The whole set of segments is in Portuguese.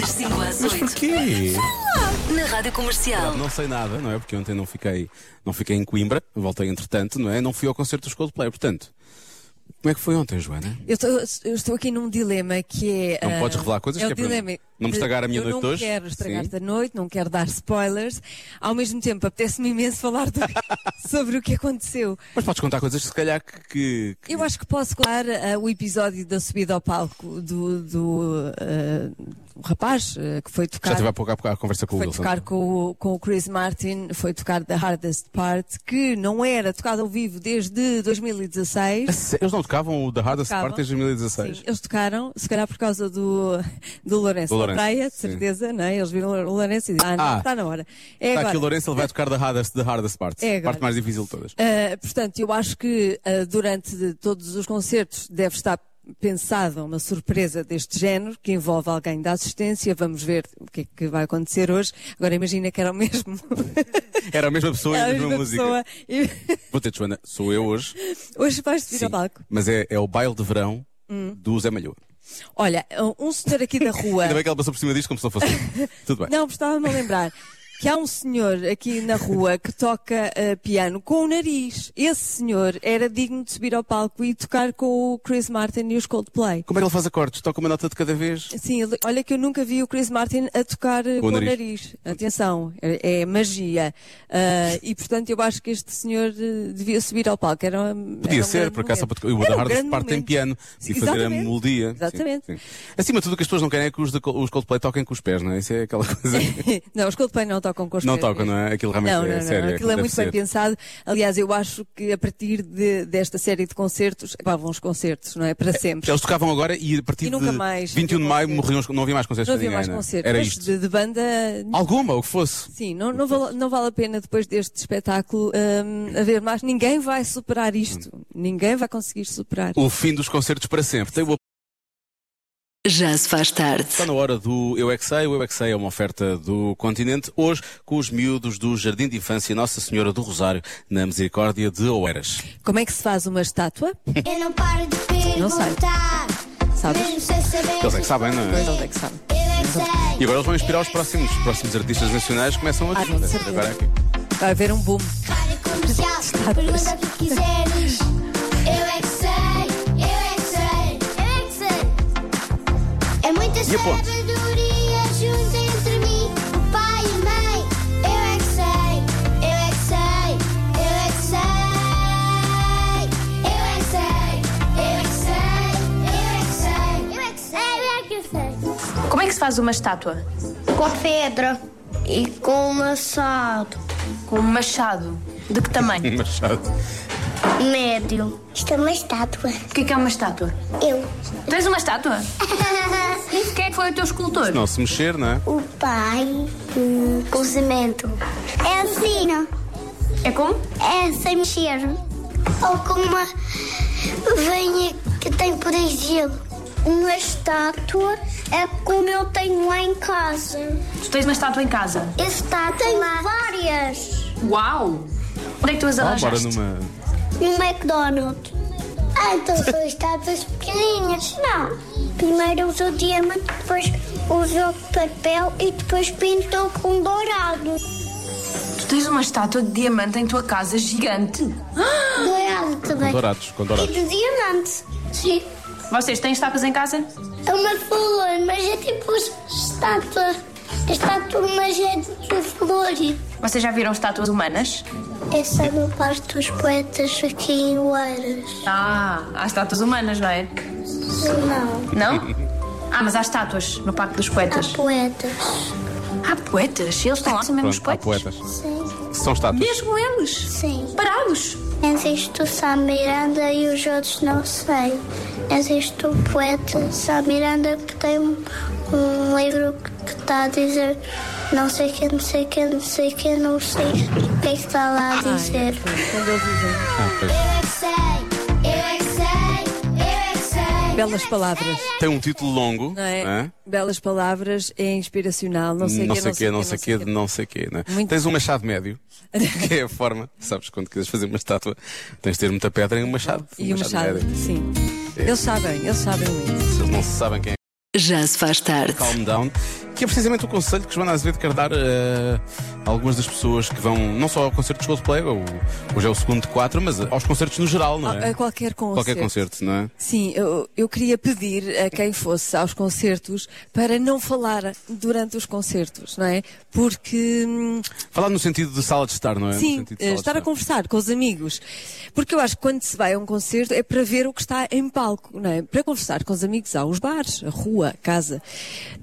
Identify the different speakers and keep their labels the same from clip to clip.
Speaker 1: Das 5 às 8,
Speaker 2: Porquê?
Speaker 1: na rádio comercial.
Speaker 2: Não sei nada, não é? Porque ontem não fiquei, não fiquei em Coimbra, voltei entretanto, não é? Não fui ao concerto dos Coldplay, portanto. Como é que foi ontem, Joana?
Speaker 3: Eu estou, eu estou aqui num dilema que é.
Speaker 2: Não
Speaker 3: ah,
Speaker 2: podes revelar coisas
Speaker 3: é o
Speaker 2: que é para
Speaker 3: dilema
Speaker 2: não me estragar a minha
Speaker 3: eu
Speaker 2: noite
Speaker 3: não
Speaker 2: hoje.
Speaker 3: Não quero estragar-te
Speaker 2: Sim.
Speaker 3: a noite, não quero dar spoilers. Ao mesmo tempo, apetece-me imenso falar do- sobre o que aconteceu.
Speaker 2: Mas podes contar coisas que se calhar que. que- que-
Speaker 3: Eu acho que posso contar ah, o episódio da subida ao palco do, do, ah, do rapaz ah, que foi
Speaker 2: Já
Speaker 3: tocar.
Speaker 2: tive há pouco, há pouco a conversa com o
Speaker 3: Foi
Speaker 2: Wilson.
Speaker 3: tocar com o, com o Chris Martin, foi tocar The Hardest Part, que não era tocado ao vivo desde 2016.
Speaker 2: A sé- Eles não tocavam o The Hardest
Speaker 3: Tocavam.
Speaker 2: Part desde 2016.
Speaker 3: Sim, eles tocaram, se calhar por causa do, do Lourenço
Speaker 2: Do
Speaker 3: da
Speaker 2: Lourenço,
Speaker 3: Praia, de
Speaker 2: sim.
Speaker 3: certeza, não é? Eles viram o Lourenço e disseram, ah,
Speaker 2: Ah,
Speaker 3: não, está na hora. É
Speaker 2: Está
Speaker 3: agora.
Speaker 2: aqui o Lourenço, ele vai tocar The Hardest, the hardest Part.
Speaker 3: É
Speaker 2: a parte
Speaker 3: agora.
Speaker 2: mais difícil de todas.
Speaker 3: Ah, portanto, eu acho que ah, durante de- todos os concertos deve estar pensada uma surpresa deste género, que envolve alguém da assistência, vamos ver o que é que vai acontecer hoje. Agora imagina que era o mesmo,
Speaker 2: Era a mesma pessoa e a
Speaker 3: era É a
Speaker 2: mesma
Speaker 3: mesma
Speaker 2: música.
Speaker 3: pessoa. E
Speaker 2: Vou ter, Joana, sou eu hoje.
Speaker 3: hoje vais subir
Speaker 2: Sim,
Speaker 3: ao palco.
Speaker 2: Mas é, é o baile de verão
Speaker 3: Hum.
Speaker 2: do Zé Malhoa.
Speaker 3: Ah. Olha, um senhor aqui da rua...
Speaker 2: Ainda bem que ela passou por cima disto como se não fosse. Tudo bem.
Speaker 3: Não, estava-me a lembrar que há um senhor aqui na rua que toca eh, piano com o nariz. Esse senhor era digno de subir ao palco e tocar com o Chris Martin e os Coldplay.
Speaker 2: Como é que ele faz acordes? Toca uma nota de cada vez?
Speaker 3: Sim, ele- olha que eu nunca vi o Chris Martin a tocar eh,
Speaker 2: Com
Speaker 3: com,
Speaker 2: o
Speaker 3: o
Speaker 2: nariz.
Speaker 3: nariz. Atenção, é, é magia. Ah, e portanto eu acho que este senhor eh, devia subir ao palco. Era, um-
Speaker 2: Podia
Speaker 3: era um
Speaker 2: ser,
Speaker 3: grande
Speaker 2: por acaso, só
Speaker 3: momento.
Speaker 2: para tocar. E o
Speaker 3: Era
Speaker 2: The
Speaker 3: um
Speaker 2: Hardest
Speaker 3: grande
Speaker 2: Part tem
Speaker 3: momento.
Speaker 2: piano e fazer a
Speaker 3: Exatamente.
Speaker 2: melodia. Sim,
Speaker 3: Exatamente.
Speaker 2: sim. Acima de tudo, o que as pessoas não querem é que os, de- os Coldplay toquem com os pés, não é? Isso é aquela coisa.
Speaker 3: não, os Coldplay não tocam com os
Speaker 2: não
Speaker 3: pés
Speaker 2: tocam, não é? Aquilo realmente
Speaker 3: Não,
Speaker 2: é
Speaker 3: não, não,
Speaker 2: sério.
Speaker 3: aquilo é
Speaker 2: deve
Speaker 3: muito bem
Speaker 2: ser.
Speaker 3: pensado. Aliás, eu acho que a partir de- desta série de concertos, pá, vão os concertos, não é? Para sempre.
Speaker 2: Eles tocavam agora e a partir
Speaker 3: E nunca
Speaker 2: de
Speaker 3: mais
Speaker 2: 21 de
Speaker 3: havia
Speaker 2: maio
Speaker 3: concertos.
Speaker 2: morriam, os- não havia mais concertos
Speaker 3: não
Speaker 2: para
Speaker 3: havia
Speaker 2: ninguém.
Speaker 3: mais
Speaker 2: não é?
Speaker 3: concertos.
Speaker 2: Era
Speaker 3: mas
Speaker 2: isto.
Speaker 3: De, de banda.
Speaker 2: Alguma, o que fosse.
Speaker 3: Sim, não, não, vale, não vale a pena depois deste espetáculo hum, haver mais. Ninguém vai superar isto. Ninguém vai conseguir superar.
Speaker 2: Hum. O fim dos concertos para sempre. Tem o
Speaker 1: Já se faz tarde.
Speaker 2: Está na hora do Eu é que Sei. O Eu é que Sei é uma oferta do continente. Hoje, com os miúdos do Jardim de Infância Nossa Senhora do Rosário, na Misericórdia de Oeiras.
Speaker 3: Como é que se faz uma estátua?
Speaker 4: Eu não paro de
Speaker 3: Não sei.
Speaker 4: perguntar.
Speaker 3: Sabes?
Speaker 4: Mesmo sem saber.
Speaker 2: Eles é que sabem, não é?
Speaker 3: Pois onde é que sabe?
Speaker 4: Eu é que sei.
Speaker 2: E agora eles vão inspirar os próximos, os próximos artistas nacionais que começam a
Speaker 3: Ah, com certeza.
Speaker 2: Agora é que-
Speaker 3: Vai haver um boom.
Speaker 4: Rádio comercial. Pergunta o que quiseres. Eu é que sei. Eu é que sei. Eu é que sei. É muita
Speaker 2: E a ponte?
Speaker 4: sabedoria junta entre mim, o pai e a mãe. Eu é que sei. Eu é que sei. Eu é que sei. Eu é que sei. Eu é que sei. Eu é que sei. Eu é que sei. Eu é que sei.
Speaker 5: Como é que se faz uma estátua?
Speaker 4: Com a pedra e com o maçado
Speaker 5: Com um machado. De que tamanho?
Speaker 2: Um Machado.
Speaker 4: médio. Isto é uma estátua.
Speaker 5: O que é que é uma estátua?
Speaker 4: Eu.
Speaker 5: Tens uma estátua? Quem é que foi o teu escultor?
Speaker 2: Não se mexer, não é?
Speaker 4: o pai hum, com cimento. É assim, não?
Speaker 5: É como?
Speaker 4: É sem mexer. Ou com uma venha que tem por gelo. Uma estátua é como eu tenho lá em casa.
Speaker 5: Tu tens uma estátua em casa.
Speaker 4: Estátua várias.
Speaker 5: Uau! Onde é que tu as
Speaker 2: Ah,
Speaker 5: arranjaste?
Speaker 2: bora numa.
Speaker 4: Um McDonald's. Ah, então são estátuas pequenininhas. Não. Primeiro usou diamante, depois usou papel e depois pintou com dourado.
Speaker 5: Tu tens uma estátua de diamante em tua casa gigante.
Speaker 4: Dourado também.
Speaker 2: Dourados, com
Speaker 4: E
Speaker 2: dourados.
Speaker 4: de diamante. Sim.
Speaker 5: Vocês têm estátuas em casa?
Speaker 4: É uma flor, mas é tipo estátua. Estátua, mas é de flor.
Speaker 5: Vocês já viram estátuas humanas?
Speaker 4: Essa é no Parque dos Poetas aqui em Oeiras.
Speaker 5: Ah, há estátuas humanas, não é?
Speaker 4: Não.
Speaker 5: Não? Ah, mas há estátuas no Parque dos Poetas.
Speaker 4: Há poetas.
Speaker 5: Há poetas? Eles estão lá, são mesmo os
Speaker 2: Pronto, há
Speaker 5: poetas?
Speaker 2: poetas.
Speaker 4: Sim.
Speaker 2: São estátuas.
Speaker 5: Mesmo eles?
Speaker 4: Sim.
Speaker 5: Parados?
Speaker 4: Existe o Sá Miranda e os outros não sei. Existe o poeta Sá Miranda que tem um, um livro que está a dizer não sei quem, não sei quem, não sei quem, não sei o que é que está lá a dizer.
Speaker 3: Ah, Quando eles dizem,
Speaker 2: Ah, pois.
Speaker 4: Eu é que sei, é eu
Speaker 3: Belas palavras.
Speaker 2: Tem um título longo.
Speaker 3: Não é?
Speaker 2: hã?
Speaker 3: Belas palavras é inspiracional, não sei o
Speaker 2: não
Speaker 3: quê,
Speaker 2: sei quê, não sei quê, de não sei quê. Né?
Speaker 3: Muito
Speaker 2: Tens um machado médio, que é a forma, sabes, quando quiseres fazer uma estátua, tens de ter muita pedra e um machado.
Speaker 3: E o Machado,
Speaker 2: médio.
Speaker 3: sim.
Speaker 2: É.
Speaker 3: Eles sabem, eles sabem muito.
Speaker 2: Se eles não sabem quem é
Speaker 1: Já se faz tarde.
Speaker 2: Calm Down, que é precisamente o conselho que Joana Azevedo quer dar eh, a algumas das pessoas que vão, não só ao concerto de Coldplay, ou, hoje é o segundo de quatro, mas aos concertos no geral, não é?
Speaker 3: A- a qualquer concerto.
Speaker 2: Qualquer concerto, não é?
Speaker 3: Sim, eu, eu queria pedir a quem fosse aos concertos para não falar durante os concertos, não é? Porque, hum,
Speaker 2: Falar no sentido de sala de estar, não é? No
Speaker 3: sim,
Speaker 2: sentido de
Speaker 3: eh,
Speaker 2: sala de
Speaker 3: estar a conversar com os amigos. Porque eu acho que quando se vai a um concerto é para ver o que está em palco, não é? Para conversar com os amigos há os bares, a rua, a casa.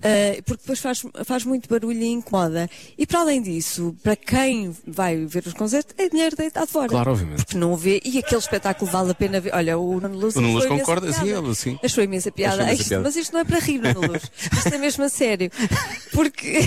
Speaker 3: Ah, porque depois faz, faz muito barulho e incomoda. E para além disso, para quem vai ver os concertos, é dinheiro deitado fora.
Speaker 2: Claro, obviamente.
Speaker 3: que não vê, e aquele espetáculo vale a pena ver. Olha, o Nuno Luz
Speaker 2: O Nuno Luz
Speaker 3: achou imensa
Speaker 2: concorda, sim,
Speaker 3: piada.
Speaker 2: ele, sim.
Speaker 3: Achou imensa piada.
Speaker 2: Achou
Speaker 3: Ah,
Speaker 2: imensa
Speaker 3: isto-
Speaker 2: piada.
Speaker 3: Mas isto não é para rir, Nuno Luz. Isto é mesmo a sério. Porque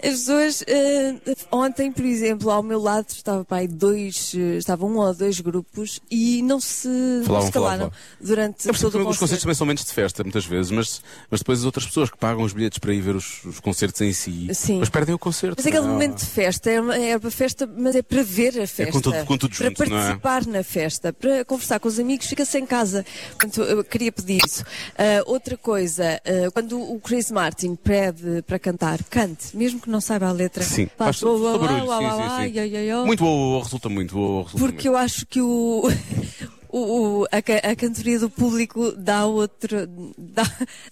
Speaker 3: as pessoas. eh, ontem, por exemplo, ao meu lado estava para aí dois. eh, estava um ou dois grupos e não se, não
Speaker 2: Falavam,
Speaker 3: se calaram
Speaker 2: falavam.
Speaker 3: durante
Speaker 2: Eu percebo
Speaker 3: todo
Speaker 2: que
Speaker 3: o
Speaker 2: os concertos
Speaker 3: concerto.
Speaker 2: também são momentos de festa, muitas vezes, mas, mas depois as outras pessoas que pagam os bilhetes para ir ver os, os concertos em si,
Speaker 3: Sim.
Speaker 2: depois perdem o concerto.
Speaker 3: Mas aquele
Speaker 2: não é?
Speaker 3: um momento de festa é uma, é uma festa, mas é para ver a festa.
Speaker 2: com tudo- com tudo
Speaker 3: para
Speaker 2: junto, não é?
Speaker 3: participar na festa, para conversar com os amigos, fica-se em casa. Portanto, eu queria pedir isso. Ah, outra coisa, ah, quando o Chris Martin pede para cantar, cante, mesmo que não saiba a letra.
Speaker 2: Sim,
Speaker 3: Pá,
Speaker 2: faz
Speaker 3: uau,
Speaker 2: todo
Speaker 3: uau,
Speaker 2: todo barulho.
Speaker 3: uau,
Speaker 2: sim,
Speaker 3: uau,
Speaker 2: sim, sim.
Speaker 3: ai, ai, ai, ai.
Speaker 2: Muito ou resulta muito, ou resulta muito.
Speaker 3: Porque eu acho que o. o- o- a, ca- a cantoria do público dá outro, dá,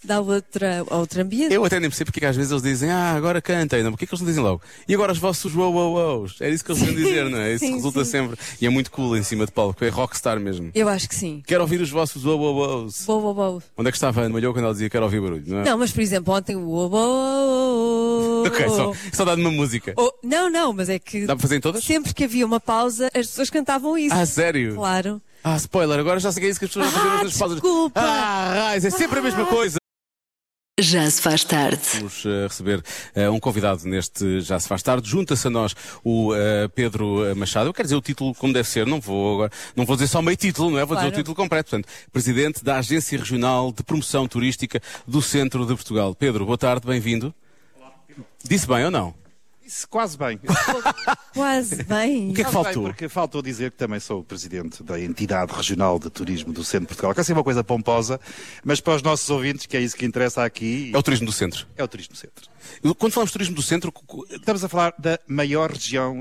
Speaker 3: dá outra, outro ambiente.
Speaker 2: Eu até nem percebo porque é que às vezes eles dizem, ah, agora cantem, não, porque é que eles não dizem logo? E agora os vossos wow wow wows? É isso que eles vão dizer, não é? Isso
Speaker 3: sim,
Speaker 2: resulta
Speaker 3: sim.
Speaker 2: sempre. E é muito cool em cima de palco, é rockstar mesmo.
Speaker 3: Eu acho que sim.
Speaker 2: Quero ouvir os vossos wow wow wows.
Speaker 3: Boa, boa, boa.
Speaker 2: Onde é que estava a Ana Malhou quando ela dizia quero ouvir barulho, não é?
Speaker 3: Não, mas por exemplo, ontem o. oh, o- o- o- o-
Speaker 2: Ok, só, só dá de uma música.
Speaker 3: o- oh, Não, não, mas é que.
Speaker 2: Dá para fazer em todas?
Speaker 3: Sempre que havia uma pausa, as pessoas cantavam isso.
Speaker 2: Ah, sério?
Speaker 3: Claro.
Speaker 2: Ah, spoiler, agora já sei que é isso que as pessoas vão fazer
Speaker 3: Ah,
Speaker 2: nas pausas.
Speaker 3: desculpa.
Speaker 2: Ah, raiz, é sempre a mesma coisa.
Speaker 1: Já se faz tarde.
Speaker 2: Vamos eh, receber eh, um convidado neste Já Se Faz Tarde. Junta-se a nós o eh, Pedro eh, Machado. Eu quero dizer o título como deve ser, não vou agora, não vou dizer só meio título, não é? Vou dizer o
Speaker 3: Claro.
Speaker 2: título completo. Portanto, Presidente da Agência Regional de Promoção Turística do Centro de Portugal. Pedro, boa tarde, bem-vindo. Disse bem ou não? é
Speaker 6: Isso, quase bem.
Speaker 3: Quase bem.
Speaker 2: O que é que
Speaker 6: Quase bem,
Speaker 2: faltou?
Speaker 6: Porque faltou dizer que também sou o presidente da entidade regional de turismo do Centro de Portugal. Que é assim uma coisa pomposa, mas para os nossos ouvintes, que é isso que interessa aqui,
Speaker 2: É o turismo do centro.
Speaker 6: é o Turismo Centro.
Speaker 2: Quando falamos de turismo do centro, cu- cu-
Speaker 6: Estamos a falar da maior região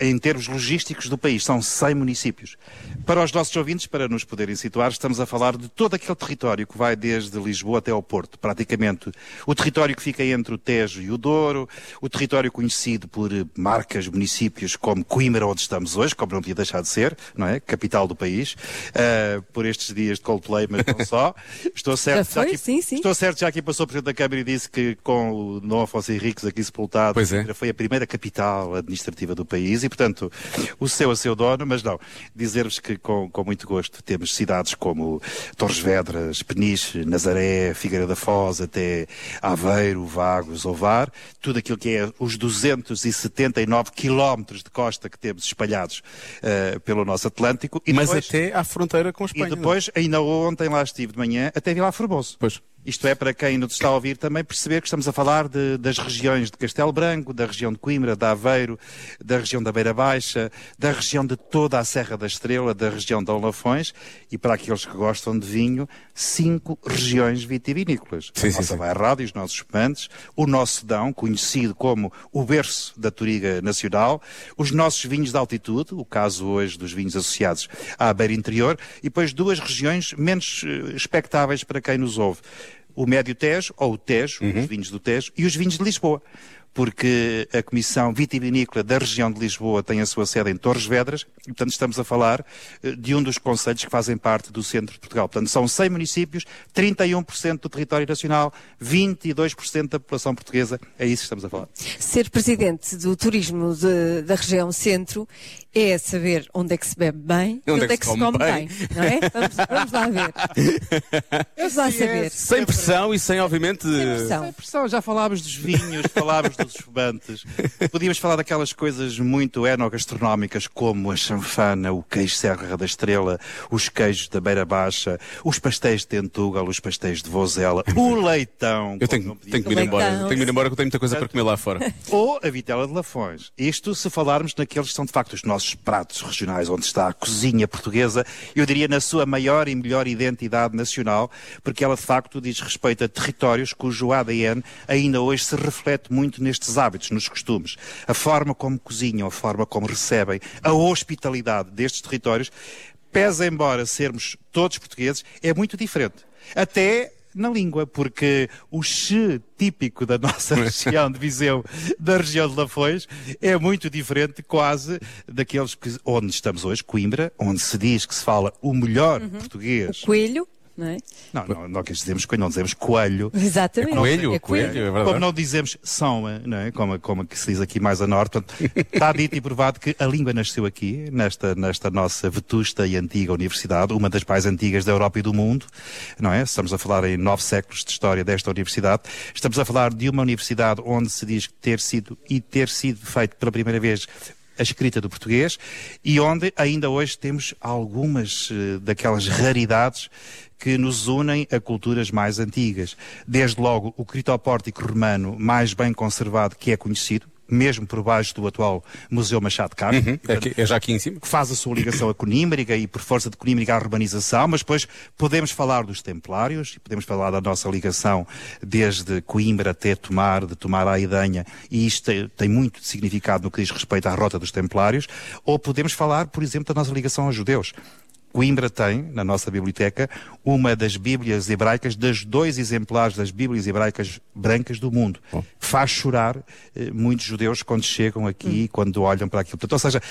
Speaker 6: eh, em termos logísticos do país. São 100 municípios. Para os nossos ouvintes, para nos poderem situar, estamos a falar de todo aquele território que vai desde Lisboa até ao Porto, praticamente. O território que fica entre o Tejo e o Douro, o território conhecido por eh, marcas, municípios como Coimbra, onde estamos hoje, como não podia deixar de ser, não é? Capital do país, eh, por estes dias de Coldplay, mas não só. Estou certo,
Speaker 3: Já foi?
Speaker 6: aqui,
Speaker 3: Sim, sim.
Speaker 6: Estou certo, já aqui passou o Presidente da Câmara e disse que com o Dom Afonso Henriques aqui sepultado,
Speaker 2: Pois é.
Speaker 6: Coimbra foi a primeira capital administrativa do país e, portanto, o seu a seu dono, mas não. Dizer-vos que, com, com muito gosto, temos cidades como Torres Vedras, Peniche, Nazaré, Figueira da Foz, até Aveiro, Vagos, Ovar, tudo aquilo que é os 279 quilómetros de costa que temos espalhados eh, pelo nosso Atlântico. E
Speaker 2: mas
Speaker 6: depois,
Speaker 2: até à fronteira com a
Speaker 6: e
Speaker 2: Espanha. é?
Speaker 6: depois, ainda ontem lá estive de manhã, até Vila Formoso.
Speaker 2: Pois.
Speaker 6: Isto é, para quem nos está a ouvir também perceber que estamos a falar de- das regiões de Castelo Branco, da região de Coimbra, da Aveiro, da região da Beira Baixa, da região de toda a Serra da Estrela, da região de Olafões e para aqueles que gostam de vinho, cinco regiões vitivinícolas.
Speaker 2: Sim,
Speaker 6: a
Speaker 2: sim,
Speaker 6: nossa
Speaker 2: sim.
Speaker 6: Bairrada e os nossos espantes, o nosso Dão, conhecido como o berço da Turiga Nacional, os nossos vinhos de altitude, o caso hoje dos vinhos associados à Beira Interior, e depois duas regiões menos eh, expectáveis para quem nos ouve. O Médio Tejo, ou o Tejo,
Speaker 2: Uhum.
Speaker 6: os vinhos do Tejo, e os vinhos de Lisboa. Porque a Comissão Vitivinícola da região de Lisboa tem a sua sede em Torres Vedras, e portanto estamos a falar eh, de um dos conselhos que fazem parte do centro de Portugal. Portanto, são 100 municípios, 31% do território nacional, 22% da população portuguesa. É isso que estamos a falar.
Speaker 3: Ser presidente do turismo de- da região centro é saber onde é que se bebe bem e onde, é que se come bem, não é? Vamos, vamos lá ver. Vamos lá saber.
Speaker 6: é
Speaker 2: é Sem pressão e sem, obviamente.
Speaker 3: Pressão.
Speaker 6: já falámos dos vinhos, falámos do dos espumantes. Podíamos falar daquelas coisas muito enogastronómicas, como a chanfana, o queijo Serra da Estrela, os queijos da Beira Baixa, os pastéis de Tentugal, os pastéis de Vozela, o leitão.
Speaker 2: Eu
Speaker 6: como
Speaker 2: tenho,
Speaker 6: não podia
Speaker 2: tenho que me ir
Speaker 6: faltar.
Speaker 2: embora.
Speaker 7: Então,
Speaker 2: Tenho que me ir embora que eu tenho muita coisa para comer lá fora.
Speaker 6: Ou a vitela de Lafões. Isto se falarmos naqueles que são de facto os nossos pratos regionais, onde está a cozinha portuguesa, eu diria na sua maior e melhor identidade nacional, porque ela de facto diz respeito a territórios cujo ADN ainda hoje se reflete muito nestes hábitos, nos costumes. A forma como cozinham, a forma como recebem, a hospitalidade destes territórios, pese embora sermos todos portugueses, é muito diferente. Até na língua, porque o che típico da nossa região de Viseu, da região de Lafões, é muito diferente quase daqueles que, onde estamos hoje, Coimbra, onde se diz que se fala o melhor português.
Speaker 3: Coelho, não é?
Speaker 6: Não, não, não que dizemos coelho, não dizemos coelho.
Speaker 3: Exatamente.
Speaker 2: Coelho,
Speaker 3: É
Speaker 2: coelho, é verdade.
Speaker 6: Como não dizemos soma, não é? como, como que se diz aqui mais a norte, portanto, está dito e provado que a língua nasceu aqui, nesta, nesta nossa vetusta e antiga universidade, uma das mais antigas da Europa e do mundo, não é? Estamos a falar em nove séculos de história desta universidade. Estamos a falar de uma universidade onde se diz ter sido e ter sido feito pela primeira vez a escrita do português e onde ainda hoje temos algumas eh, daquelas raridades que nos unem a culturas mais antigas. Desde logo o critopórtico romano mais bem conservado que é conhecido, mesmo por baixo do atual Museu Machado de Castro,
Speaker 2: Uhum, é, aqui- é já aqui em cima.
Speaker 6: que faz a sua ligação a Conímbriga e por força de Conímbriga à urbanização, mas depois podemos falar dos Templários e podemos falar da nossa ligação desde Coimbra até Tomar, de Tomar à Idanha, e isto tem, tem muito significado no que diz respeito à rota dos Templários, ou podemos falar, por exemplo, da nossa ligação aos judeus. Coimbra tem, na nossa biblioteca, uma das Bíblias hebraicas, das dois exemplares das Bíblias hebraicas brancas do mundo. Faz chorar eh, muitos judeus quando chegam aqui e quando olham para aquilo. Portanto, ou seja,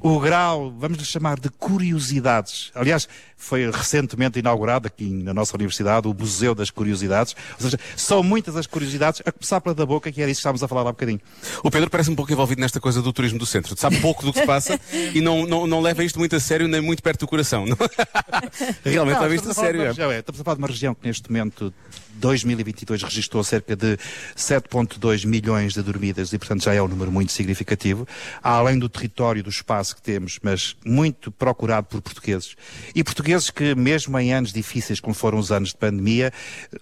Speaker 6: o grau, vamos lhe chamar de curiosidades. Aliás, foi recentemente inaugurado aqui na nossa universidade o Museu das Curiosidades. Ou seja, são muitas as curiosidades, a começar pela da boca, que era isso que estávamos a falar há bocadinho.
Speaker 2: O Pedro parece um pouco envolvido nesta coisa do turismo do centro. Sabe pouco do que se passa e não, não, não leva isto muito a sério nem muito perto do coração. Não- é? Realmente
Speaker 6: Não,
Speaker 2: leva isto a
Speaker 6: estamos falar de
Speaker 2: sério.
Speaker 6: uma
Speaker 2: é.
Speaker 6: região, é, Estamos a falar de uma região que neste momento, 2022, registrou cerca de 7,2 milhões de dormidas e, portanto, já é um número muito significativo. Há, Além do território, do espaço que temos, mas muito procurado por portugueses. E portugueses que, mesmo em anos difíceis, como foram os anos de pandemia,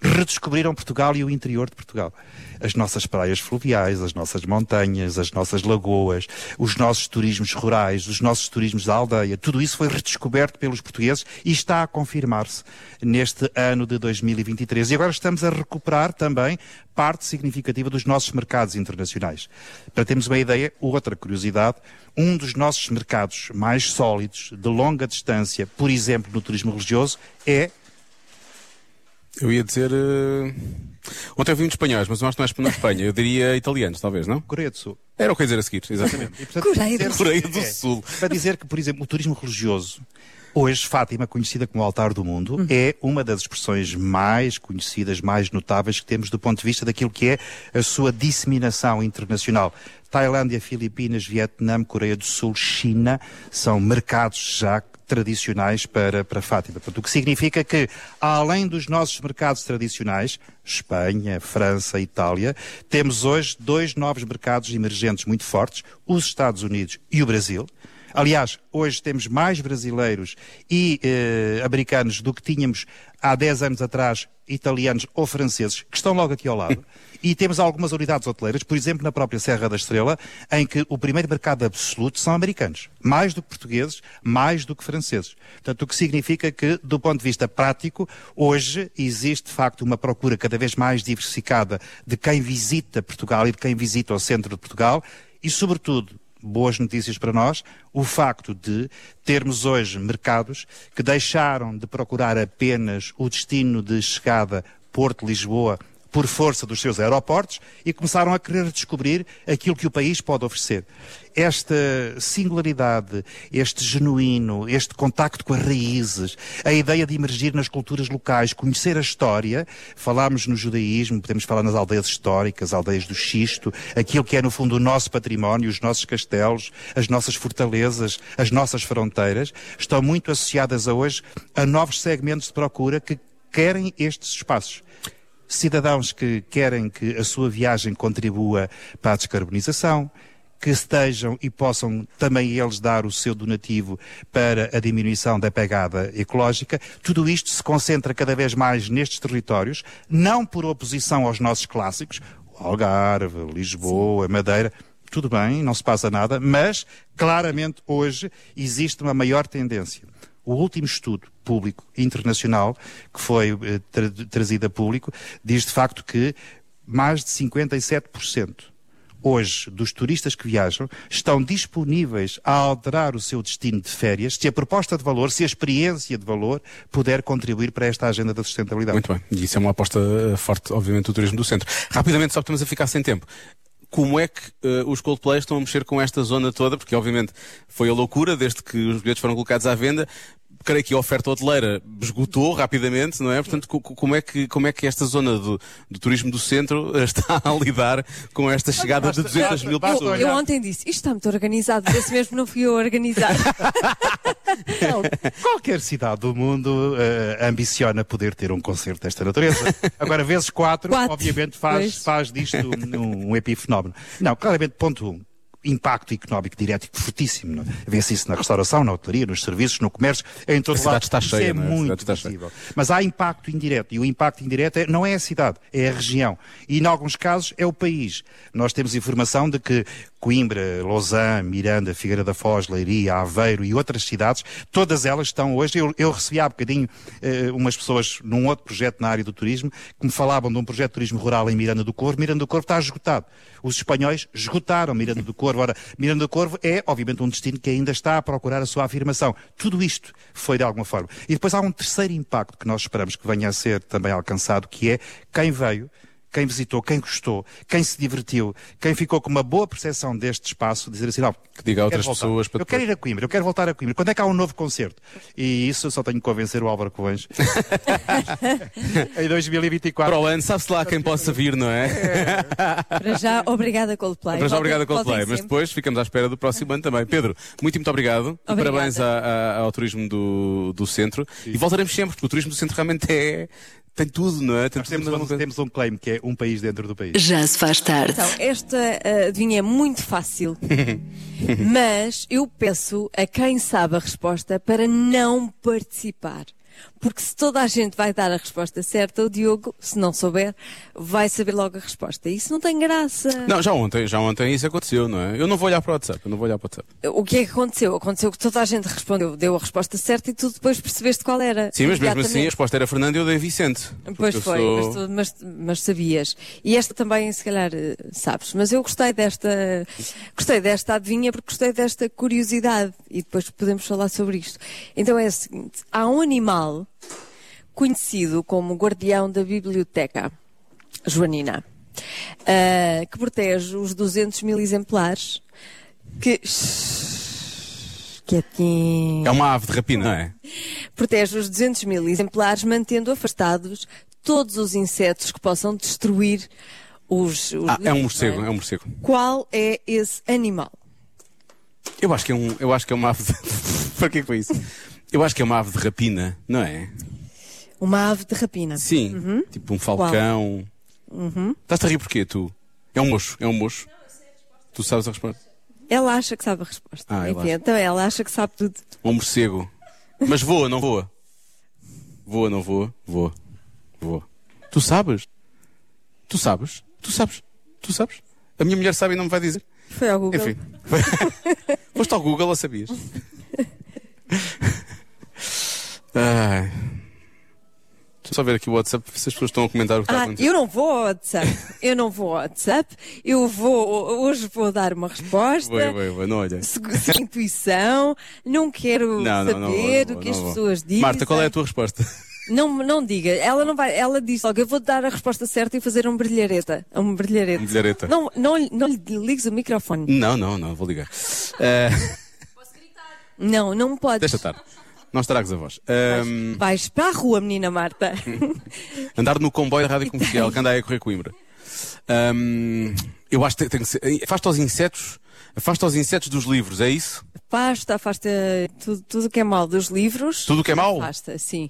Speaker 6: redescobriram Portugal e o interior de Portugal. As nossas praias fluviais, as nossas montanhas, as nossas lagoas, os nossos turismos rurais, os nossos turismos da aldeia, tudo isso foi redescoberto pelos portugueses e está a confirmar-se neste ano de 2023. E agora estamos a recuperar também parte significativa dos nossos mercados internacionais. Para termos uma ideia, outra curiosidade, um dos nossos mercados mais sólidos, de longa distância, por exemplo, no turismo religioso, é
Speaker 2: Eu ia dizer. eh, Ontem eu vi uns espanhóis, mas eu acho que não é espan- não é Espanha. Eu diria italianos, talvez, não?
Speaker 6: Coreia do Sul.
Speaker 2: Era o que eu ia dizer a seguir, exatamente.
Speaker 6: E, portanto,
Speaker 3: Coreia do
Speaker 6: dizer-
Speaker 2: Coreia do Sul.
Speaker 6: Para dizer que, por exemplo, o turismo religioso, hoje Fátima, conhecida como altar do mundo, é uma das expressões mais conhecidas, mais notáveis que temos do ponto de vista daquilo que é a sua disseminação internacional. Tailândia, Filipinas, Vietnã, Coreia do Sul, China são mercados já tradicionais para, para Fátima. Portanto, o que significa que, além dos nossos mercados tradicionais, Espanha, França, Itália, temos hoje dois novos mercados emergentes muito fortes, os Estados Unidos e o Brasil. Aliás, hoje temos mais brasileiros e eh, americanos do que tínhamos há 10 anos atrás, italianos ou franceses, que estão logo aqui ao lado. e temos algumas unidades hoteleiras, por exemplo, na própria Serra da Estrela, em que o primeiro mercado absoluto são americanos. Mais do que portugueses, mais do que franceses. Portanto, o que significa que, do ponto de vista prático, hoje existe, de facto, uma procura cada vez mais diversificada de quem visita Portugal e de quem visita o centro de Portugal e, sobretudo, boas notícias para nós, o facto de termos hoje mercados que deixaram de procurar apenas o destino de chegada Porto-Lisboa por força dos seus aeroportos e começaram a querer descobrir aquilo que o país pode oferecer. Esta singularidade, este genuíno, este contacto com as raízes, a ideia de emergir nas culturas locais, conhecer a história, falámos no judaísmo, podemos falar nas aldeias históricas, aldeias do Xisto, aquilo que é no fundo o nosso património, os nossos castelos, as nossas fortalezas, as nossas fronteiras, estão muito associadas a hoje a novos segmentos de procura que querem estes espaços. cidadãos que querem que a sua viagem contribua para a descarbonização, que estejam e possam também eles dar o seu donativo para a diminuição da pegada ecológica. Tudo isto se concentra cada vez mais nestes territórios, não por oposição aos nossos clássicos, Algarve, Lisboa, Madeira, tudo bem, não se passa nada, mas claramente hoje existe uma maior tendência. O último estudo público internacional que foi eh, tra- trazido a público diz de facto que mais de 57% hoje dos turistas que viajam estão disponíveis a alterar o seu destino de férias se a proposta de valor, se a experiência de valor puder contribuir para esta agenda da sustentabilidade.
Speaker 2: Muito bem. E isso é uma aposta eh, forte, obviamente, do turismo do centro. Rapidamente, só que estamos a ficar sem tempo. Como é que eh, os Coldplay estão a mexer com esta zona toda? Porque, obviamente, foi a loucura desde que os bilhetes foram colocados à venda. Creio que a oferta hoteleira esgotou rapidamente, não é? Portanto, co- co- como é que, como é que esta zona do, do turismo do centro eh, está a lidar com esta chegada de 200 mil
Speaker 6: basta
Speaker 2: pessoas?
Speaker 3: Eu ontem disse, isto está muito organizado, desse mesmo não fui eu a organizar.
Speaker 6: Qualquer cidade do mundo eh, ambiciona poder ter um concerto desta natureza. Agora, vezes quatro,
Speaker 3: Quatro.
Speaker 6: obviamente, faz,
Speaker 3: Pois.
Speaker 6: faz disto um, um epifenómeno. Não, claramente, ponto um. Impacto económico direto fortíssimo. não é? Vê-se isso na restauração, na hotelaria, nos serviços, no comércio, em todo
Speaker 2: A cidade
Speaker 6: lado.
Speaker 2: está
Speaker 6: Isso
Speaker 2: cheia,
Speaker 6: é
Speaker 2: não é? A
Speaker 6: muito
Speaker 2: cidade está cheia.
Speaker 6: visível. Mas há impacto indireto. E o impacto indireto é- não é a cidade, é a região. E, em alguns casos, é o país. Nós temos informação de que Coimbra, Lausanne, Miranda, Figueira da Foz, Leiria, Aveiro e outras cidades, todas elas estão hoje. Eu, eu recebi há bocadinho eh, umas pessoas num outro projeto na área do turismo que me falavam de um projeto de turismo rural em Miranda do Corvo. Miranda do Corvo está esgotado. Os espanhóis esgotaram Miranda do Corvo. Ora, Miranda do Corvo é, obviamente, um destino que ainda está a procurar a sua afirmação. Tudo isto foi de alguma forma. E depois há um terceiro impacto que nós esperamos que venha a ser também alcançado, que é quem veio, quem visitou, quem gostou, quem se divertiu, quem ficou com uma boa percepção deste espaço, dizer assim, não,
Speaker 2: Que diga a outras
Speaker 6: quero voltar.
Speaker 2: pessoas para
Speaker 6: Eu quero
Speaker 2: depois.
Speaker 6: ir a Coimbra, eu quero voltar a Coimbra. Quando é que há um novo concerto? E isso eu só tenho que convencer o Álvaro Covões. em 2024.
Speaker 2: Para o ano, sabe-se lá quem possa vir, não é?
Speaker 3: Para já, obrigada Coldplay.
Speaker 2: Para já, obrigado a
Speaker 3: Voltem- voltem
Speaker 2: Coldplay, mas
Speaker 3: sempre.
Speaker 2: depois ficamos à espera do próximo ano também. Pedro, muito, muito obrigado. E
Speaker 3: Obrigada.
Speaker 2: parabéns à- à- ao turismo do, do centro. E voltaremos sempre, porque o turismo do centro realmente é. tem tudo, não é? Tem
Speaker 6: Nós
Speaker 2: tudo
Speaker 6: temos
Speaker 2: na
Speaker 6: um,
Speaker 2: boca.
Speaker 6: temos um claim que é um país dentro do país.
Speaker 1: Já se faz tarde.
Speaker 3: Então, esta ah, adivinha é muito fácil, mas eu peço a quem sabe a resposta para não participar. Porque se toda a gente vai dar a resposta certa, o Diogo, se não souber, vai saber logo a resposta. Isso não tem graça.
Speaker 2: Não, já ontem, já ontem isso aconteceu, não é? Eu não vou olhar para o WhatsApp, eu não vou olhar para o WhatsApp.
Speaker 3: O que é que aconteceu? Aconteceu que toda a gente respondeu, deu a resposta certa e tu depois percebeste qual era.
Speaker 2: Sim, mas mesmo assim a
Speaker 3: Imediatamente.
Speaker 2: resposta era Fernando e eu dei Vicente. Porque
Speaker 3: Pois
Speaker 2: eu
Speaker 3: foi,
Speaker 2: sou-
Speaker 3: mas, tu- mas, mas sabias. E esta também, se calhar, eh, sabes. Mas eu gostei desta, gostei desta adivinha porque gostei desta curiosidade. E depois podemos falar sobre isto. Então é o seguinte: há um animal conhecido como guardião da biblioteca, Joanina, ah, que protege os 200 mil exemplares que. Shhh, Quietinho
Speaker 2: É uma ave de rapina, não é?
Speaker 3: protege os 200 mil exemplares, mantendo afastados todos os insetos que possam destruir os. os
Speaker 2: Ah, é um
Speaker 3: livros, não
Speaker 2: morcego, é um morcego.
Speaker 3: Qual é esse animal?
Speaker 2: Eu acho que é um, eu acho que é uma ave de... Para que é que foi isso? Eu acho que é uma ave de rapina, não é?
Speaker 3: Uma ave de rapina.
Speaker 2: Sim,
Speaker 3: Uhum.
Speaker 2: tipo um falcão. Estás-te a rir porquê, tu? É um mocho, é um mocho. Tu sabes a resposta.
Speaker 3: Ela acha que sabe a resposta.
Speaker 2: Ah, ela
Speaker 3: Enfim,
Speaker 2: acha.
Speaker 3: então ela acha que sabe tudo.
Speaker 2: Um morcego. Mas voa, não voa? Voa, não voa? Voa. Voa. Tu sabes? Tu sabes? Tu sabes? Tu sabes? A minha mulher sabe e não me vai dizer.
Speaker 3: Foi ao Google.
Speaker 2: Enfim. Foste ao Google ou sabias? Ai. Deixa eu só ver aqui o WhatsApp para ver se as pessoas estão a comentar o que está a
Speaker 3: Ah,
Speaker 2: acontecer.
Speaker 3: eu não vou ao WhatsApp. Eu não vou ao WhatsApp. Eu vou, hoje vou dar uma resposta.
Speaker 2: Vai, vai, vai, não olha.
Speaker 3: Segu- sem intuição, não quero
Speaker 2: Não,
Speaker 3: saber
Speaker 2: não, não, não,
Speaker 3: o que as
Speaker 2: não vou.
Speaker 3: pessoas dizem.
Speaker 2: Marta, qual é a tua resposta?
Speaker 3: Não, não diga. Ela não vai. Ela diz logo, eu vou dar a resposta certa e fazer um brilhareta. Um brilhareta.
Speaker 2: Um brilharete.
Speaker 3: Não, não, lhe- não lhe ligues o microfone.
Speaker 2: Não, não, não, vou ligar. Eh,
Speaker 3: Não, não podes.
Speaker 2: deixa estar. Não estragues a voz. Ahm,
Speaker 3: Vais para a rua, menina Marta.
Speaker 2: andar no comboio da rádio comercial, que anda aí a correr Coimbra. Ahm, eu acho que tem que ser. eh, Afasta os insetos. Afasta os insetos dos livros, é isso?
Speaker 3: afasta, afasta tudo tudo o que é mal dos livros.
Speaker 2: Tudo o que é mau?
Speaker 3: Afasta, sim.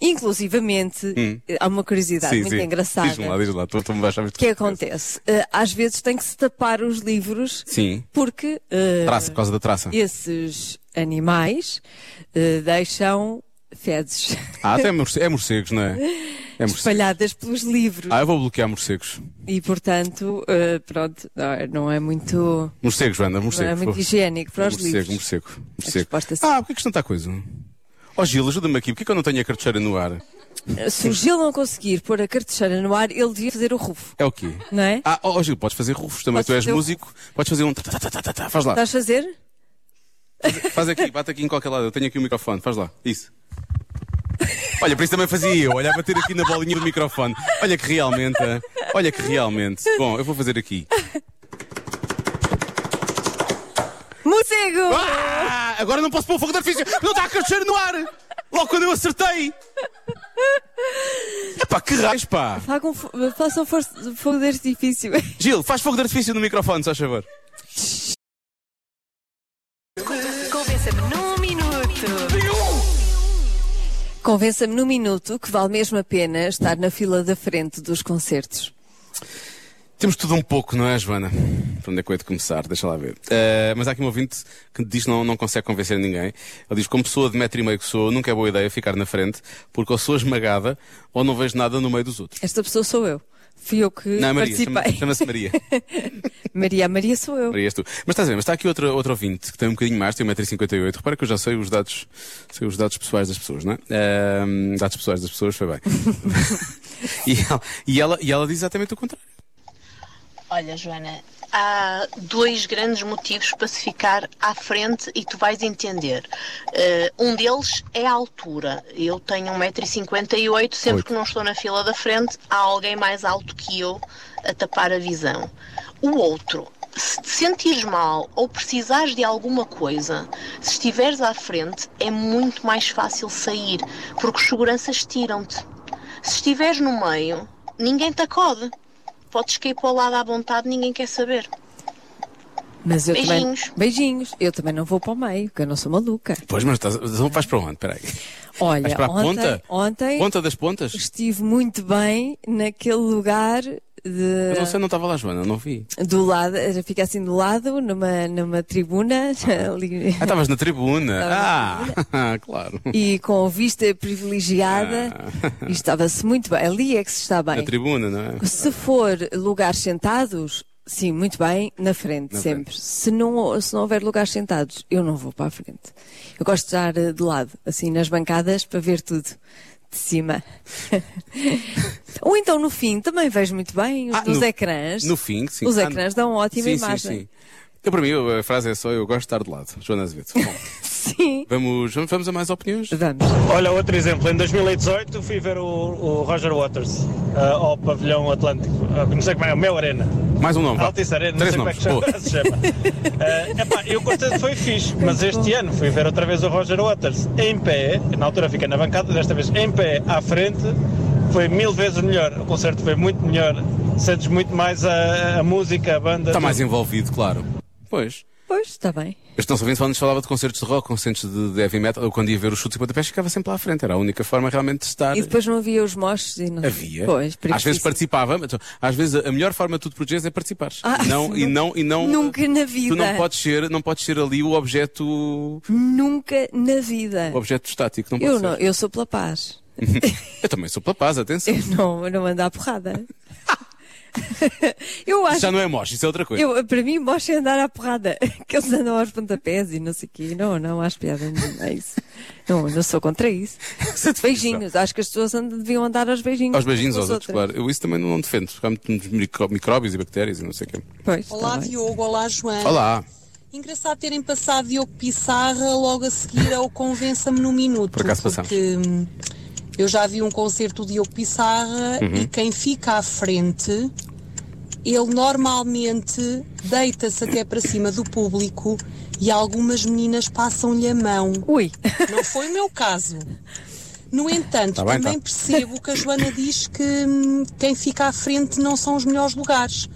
Speaker 3: Inclusivamente, eh, há uma curiosidade muito engraçada.
Speaker 2: Hum. Diz-me lá, diz-me lá. Tu, tu me vais chamar
Speaker 3: O que acontece? Eh, às vezes tem que se tapar os livros
Speaker 2: Sim.
Speaker 3: porque eh,
Speaker 2: Traça, por causa da traça.
Speaker 3: esses animais eh, deixam fezes
Speaker 2: Ah, até morce- é morcegos, não é? É morcegos.
Speaker 3: espalhadas pelos livros
Speaker 2: Ah, eu vou bloquear morcegos.
Speaker 3: e, portanto, eh, pronto, não é- não é muito,
Speaker 2: Morcegos, Joana,
Speaker 3: não
Speaker 2: morcego.
Speaker 3: é
Speaker 2: por
Speaker 3: muito
Speaker 2: favor.
Speaker 3: higiênego para os
Speaker 2: Um morcego,
Speaker 3: livros.
Speaker 2: morcego, morcego.
Speaker 3: resposta é sim.
Speaker 2: Ah, porquê que isto não está coisa? Ó Gil, ajuda-me aqui. Porquê que eu não tenho a cartucheira no ar?
Speaker 3: Se o Gil não conseguir pôr a cartucheira no ar, ele devia fazer o rufo,
Speaker 2: É o quê?
Speaker 3: não é?
Speaker 2: Ah, ó ó, Gil, podes fazer rufos também.
Speaker 3: Posso
Speaker 2: tu és
Speaker 3: fazer o-
Speaker 2: músico, podes fazer um. tá, tá, tá, tá, tá, tá. Faz lá.
Speaker 3: Estás a fazer?
Speaker 2: Faz aqui, bate aqui em qualquer lado. Eu tenho aqui o microfone, faz lá. Isso. Olha, por isso também fazia eu. Olha, a bater aqui na bolinha do microfone. Olha que realmente. ah, Olha que realmente. Bom, eu vou fazer aqui.
Speaker 3: Morcego!
Speaker 2: Ah, agora não posso pôr o fogo de artifício. Não está a crescer no ar. Logo quando eu acertei. Epá, que raios, pá.
Speaker 3: Façam, um fo- façam for- um fogo de artifício.
Speaker 2: Gil, faz fogo de artifício no microfone, se faz favor.
Speaker 1: Convença-me num minuto.
Speaker 3: Convença-me num minuto que vale mesmo a pena estar na fila da frente dos concertos.
Speaker 2: Temos tudo um pouco, não é, Joana? Para onde é que eu hei de começar? Deixa lá ver. Eh, mas há aqui um ouvinte que diz que não, não consegue convencer ninguém. Ele diz, como pessoa de metro e meio que sou, nunca é boa ideia ficar na frente, porque ou sou esmagada ou não vejo nada no meio dos outros.
Speaker 3: Esta pessoa sou eu. Fui eu que
Speaker 2: Não, é Maria.
Speaker 3: participei.
Speaker 2: chama- Chama-se Maria.
Speaker 3: Maria, a Maria sou eu.
Speaker 2: Maria, és tu. Mas estás a ver, mas está aqui outro, outro ouvinte que tem um bocadinho mais, tem 1,58m. Repara que eu já sei os dados, sei os dados pessoais das pessoas, não é? Ahm, dados pessoais das pessoas, foi bem. e, ela, e, ela, e ela diz exatamente o contrário.
Speaker 8: Olha, Joana, há dois grandes motivos para se ficar à frente e tu vais entender. Eh, um deles é a altura. Eu tenho 1,58m, sempre
Speaker 2: Oito.
Speaker 8: que não estou na fila da frente, há alguém mais alto que eu a tapar a visão. O outro, se te sentires mal ou precisares de alguma coisa, se estiveres à frente, é muito mais fácil sair, porque os seguranças tiram-te. Se estiveres no meio, ninguém te acode. Podes cair para o lado à vontade, ninguém quer saber.
Speaker 3: Mas eu
Speaker 8: Beijinhos.
Speaker 3: também. Beijinhos. Eu também não vou para o meio, que eu não sou maluca.
Speaker 2: Pois, mas estás, então vais para onde? Espera aí.
Speaker 3: Olha,
Speaker 2: Vais para a
Speaker 3: ontem,
Speaker 2: ponta?
Speaker 3: ontem
Speaker 2: Ponta das pontas?
Speaker 3: estive muito bem naquele lugar de-
Speaker 2: Eu não sei, não estava lá, Joana, não vi. Ah,
Speaker 3: do lado, era- fica assim do lado, numa, numa tribuna, ali,
Speaker 2: Ah, estavas na tribuna. Ah, claro.
Speaker 3: e com vista privilegiada, e estava-se muito bem. Ali é que se está
Speaker 2: Ah. Na
Speaker 3: bem.
Speaker 2: tribuna, não é?
Speaker 3: Se for lugares sentados, sim, muito bem, na frente,
Speaker 2: Na
Speaker 3: sempre. Se, não, se não houver lugares sentados, eu não vou para a frente. Eu gosto de estar eh, de lado, assim, nas bancadas, para ver tudo de cima. Ou então no fim, também vejo muito bem os
Speaker 2: Ah,
Speaker 3: dos
Speaker 2: no-
Speaker 3: ecrãs.
Speaker 2: No fim, sim.
Speaker 3: Os
Speaker 2: Ah,
Speaker 3: ecrãs dão uma ótima
Speaker 2: sim,
Speaker 3: imagem.
Speaker 2: Sim, sim. Eu, para mim, eu- a frase é só eu gosto de estar de lado. Joana Azevedo. Bom,
Speaker 3: Sim.
Speaker 2: vamos, vamos, vamos a mais opiniões?
Speaker 3: Vamos.
Speaker 9: Olha, outro exemplo. Em 2018 fui ver o, o Roger Waters ah, ao pavilhão Atlântico. Ah, não sei como é, o meu Arena.
Speaker 2: Mais um nome. vá.
Speaker 9: Altice Arena, não
Speaker 2: Três
Speaker 9: sei
Speaker 2: nomes.
Speaker 9: como
Speaker 2: Boa.
Speaker 9: é que chama- se chama. Ah, epá, eu gostei, foi fixe, mas este ano fui ver outra vez o Roger Waters em pé. Na altura fiquei na bancada, desta vez em pé à frente. Foi mil vezes melhor. O concerto foi muito melhor. Sentes muito mais a, a música, a banda.
Speaker 2: Está
Speaker 9: tudo.
Speaker 2: mais envolvido, claro. Pois.
Speaker 3: Pois, está bem.
Speaker 2: Este nosso ouvinte só nos falava de concertos de rock, concertos de, de heavy metal. Eu, quando ia ver os chutes e pontapés, ficava sempre lá à frente. Era a única forma realmente de estar.
Speaker 3: E depois não havia os moches e não
Speaker 2: Havia.
Speaker 3: Pois,
Speaker 2: às vezes
Speaker 3: perigosíssimo.
Speaker 2: participava, mas às vezes a- a melhor forma de tu te protegeres é participares.
Speaker 3: Ah,
Speaker 2: não, e não, e não.
Speaker 3: Nunca na vida.
Speaker 2: um- Tu não podes ser, não podes ser ali o objeto, o
Speaker 3: Nunca na vida.
Speaker 2: objeto estático. Não
Speaker 3: Eu,
Speaker 2: pode
Speaker 3: não,
Speaker 2: ser.
Speaker 3: eu sou pela paz.
Speaker 2: Eu também sou pela paz, atenção.
Speaker 3: Eu não, eu não ando à porrada. eu acho.
Speaker 2: Já não é moche, isso é outra coisa.
Speaker 3: Eu, para mim, mostra é andar à porrada. Que eles andam aos pontapés e não sei o quê. Não, não, acho piada. Não, é isso. não, não sou contra isso. Beijinhos. Acho que as pessoas andam- deviam andar aos beijinhos.
Speaker 2: Aos beijinhos aos
Speaker 3: umas com
Speaker 2: outros,
Speaker 3: as
Speaker 2: claro. Eu isso também não defendo. Porque há muitos micro- micróbios e bactérias e não sei o quê.
Speaker 3: Pois,
Speaker 10: Olá
Speaker 3: tá bem.
Speaker 10: Diogo, olá Joana.
Speaker 2: Olá.
Speaker 10: Engraçado terem passado Diogo Pissarra logo a seguir ao Convença-me no Minuto.
Speaker 2: Por acaso passamos.
Speaker 10: Porque hum, eu já vi um concerto do Diogo Pissarra e quem fica à frente, ele normalmente deita-se até para cima do público e algumas meninas passam-lhe a mão.
Speaker 3: Ui.
Speaker 10: Não foi o meu caso. No entanto,
Speaker 2: Tá bem,
Speaker 10: também
Speaker 2: tá.
Speaker 10: percebo que a Joana diz que hum, quem fica à frente não são os melhores lugares.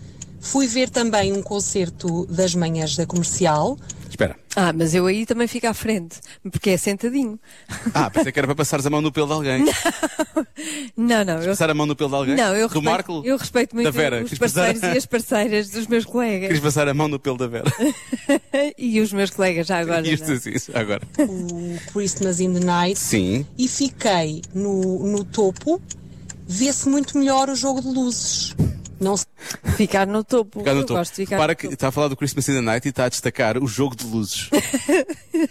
Speaker 10: Fui ver também um concerto das manhãs da comercial.
Speaker 2: Espera.
Speaker 3: Ah, mas eu aí também fico à frente, porque é sentadinho.
Speaker 2: Ah, pensei que era para passares a mão no pelo de alguém.
Speaker 3: Não, não, eu,
Speaker 2: Passar a mão no pelo de alguém?
Speaker 3: não, eu
Speaker 2: né? Do
Speaker 3: respeito,
Speaker 2: Marco?
Speaker 3: eu respeito
Speaker 2: Da
Speaker 3: muito
Speaker 2: Vera?
Speaker 3: os
Speaker 2: Quis passar-
Speaker 3: parceiros e as parceiras dos meus
Speaker 2: Queres
Speaker 3: colegas.
Speaker 2: passar a mão no pelo da Vera?
Speaker 3: e os meus colegas já agora.
Speaker 2: Isto
Speaker 3: não.
Speaker 2: assim, isso, agora.
Speaker 10: o Christmas in the Night
Speaker 2: Sim.
Speaker 10: e fiquei no, no topo. Vê-se muito melhor o jogo de luzes. Não se
Speaker 3: Ficar no topo.
Speaker 2: Ficar no
Speaker 3: eu
Speaker 2: topo.
Speaker 3: gosto de ficar
Speaker 2: Repara
Speaker 3: no
Speaker 2: que
Speaker 3: topo.
Speaker 2: está a falar do Christmas in the Night e está a destacar o jogo de luzes.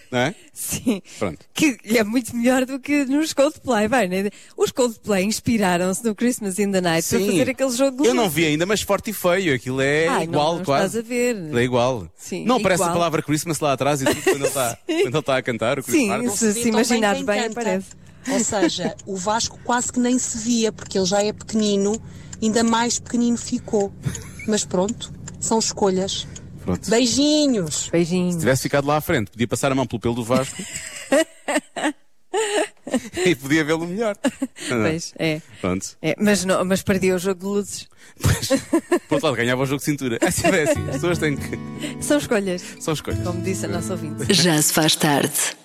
Speaker 2: não é?
Speaker 3: Sim.
Speaker 2: Pronto.
Speaker 3: Que é muito melhor do que nos Coldplay. Bem, né? Os Coldplay inspiraram-se no Christmas in the Night para fazer aquele jogo de
Speaker 2: Eu não
Speaker 3: luzes.
Speaker 2: vi ainda, mas forte e feio. Aquilo é
Speaker 3: Ai, não,
Speaker 2: igual,
Speaker 3: não
Speaker 2: quase.
Speaker 3: estás a ver.
Speaker 2: Aquilo É igual.
Speaker 3: Sim,
Speaker 2: não aparece a
Speaker 3: igual.
Speaker 2: palavra Christmas lá atrás e tudo quando ele está, quando ele está a cantar. O Chris
Speaker 3: Sim,
Speaker 2: Martin.
Speaker 3: se,
Speaker 10: vê
Speaker 3: se
Speaker 10: tão
Speaker 3: imaginares
Speaker 10: quem
Speaker 3: bem,
Speaker 10: canta.
Speaker 3: aparece.
Speaker 10: Ou seja, o Vasco quase que nem se via, porque ele já é pequenino, ainda mais pequenino ficou. Mas pronto, são escolhas.
Speaker 2: Pronto. Se
Speaker 10: Beijinhos!
Speaker 3: Beijinho.
Speaker 2: tivesse ficado lá à frente, podia passar a mão pelo pelo do Vasco. e podia vê-lo melhor.
Speaker 3: Pois, é.
Speaker 2: Pronto.
Speaker 3: É, mas, não, mas perdi o jogo de luzes.
Speaker 2: Mas, por outro lado, ganhava o jogo de cintura. É assim, é assim. As pessoas têm que.
Speaker 3: São escolhas,
Speaker 2: São escolhas.
Speaker 3: como disse a nossa ouvinte.
Speaker 1: Já se faz tarde.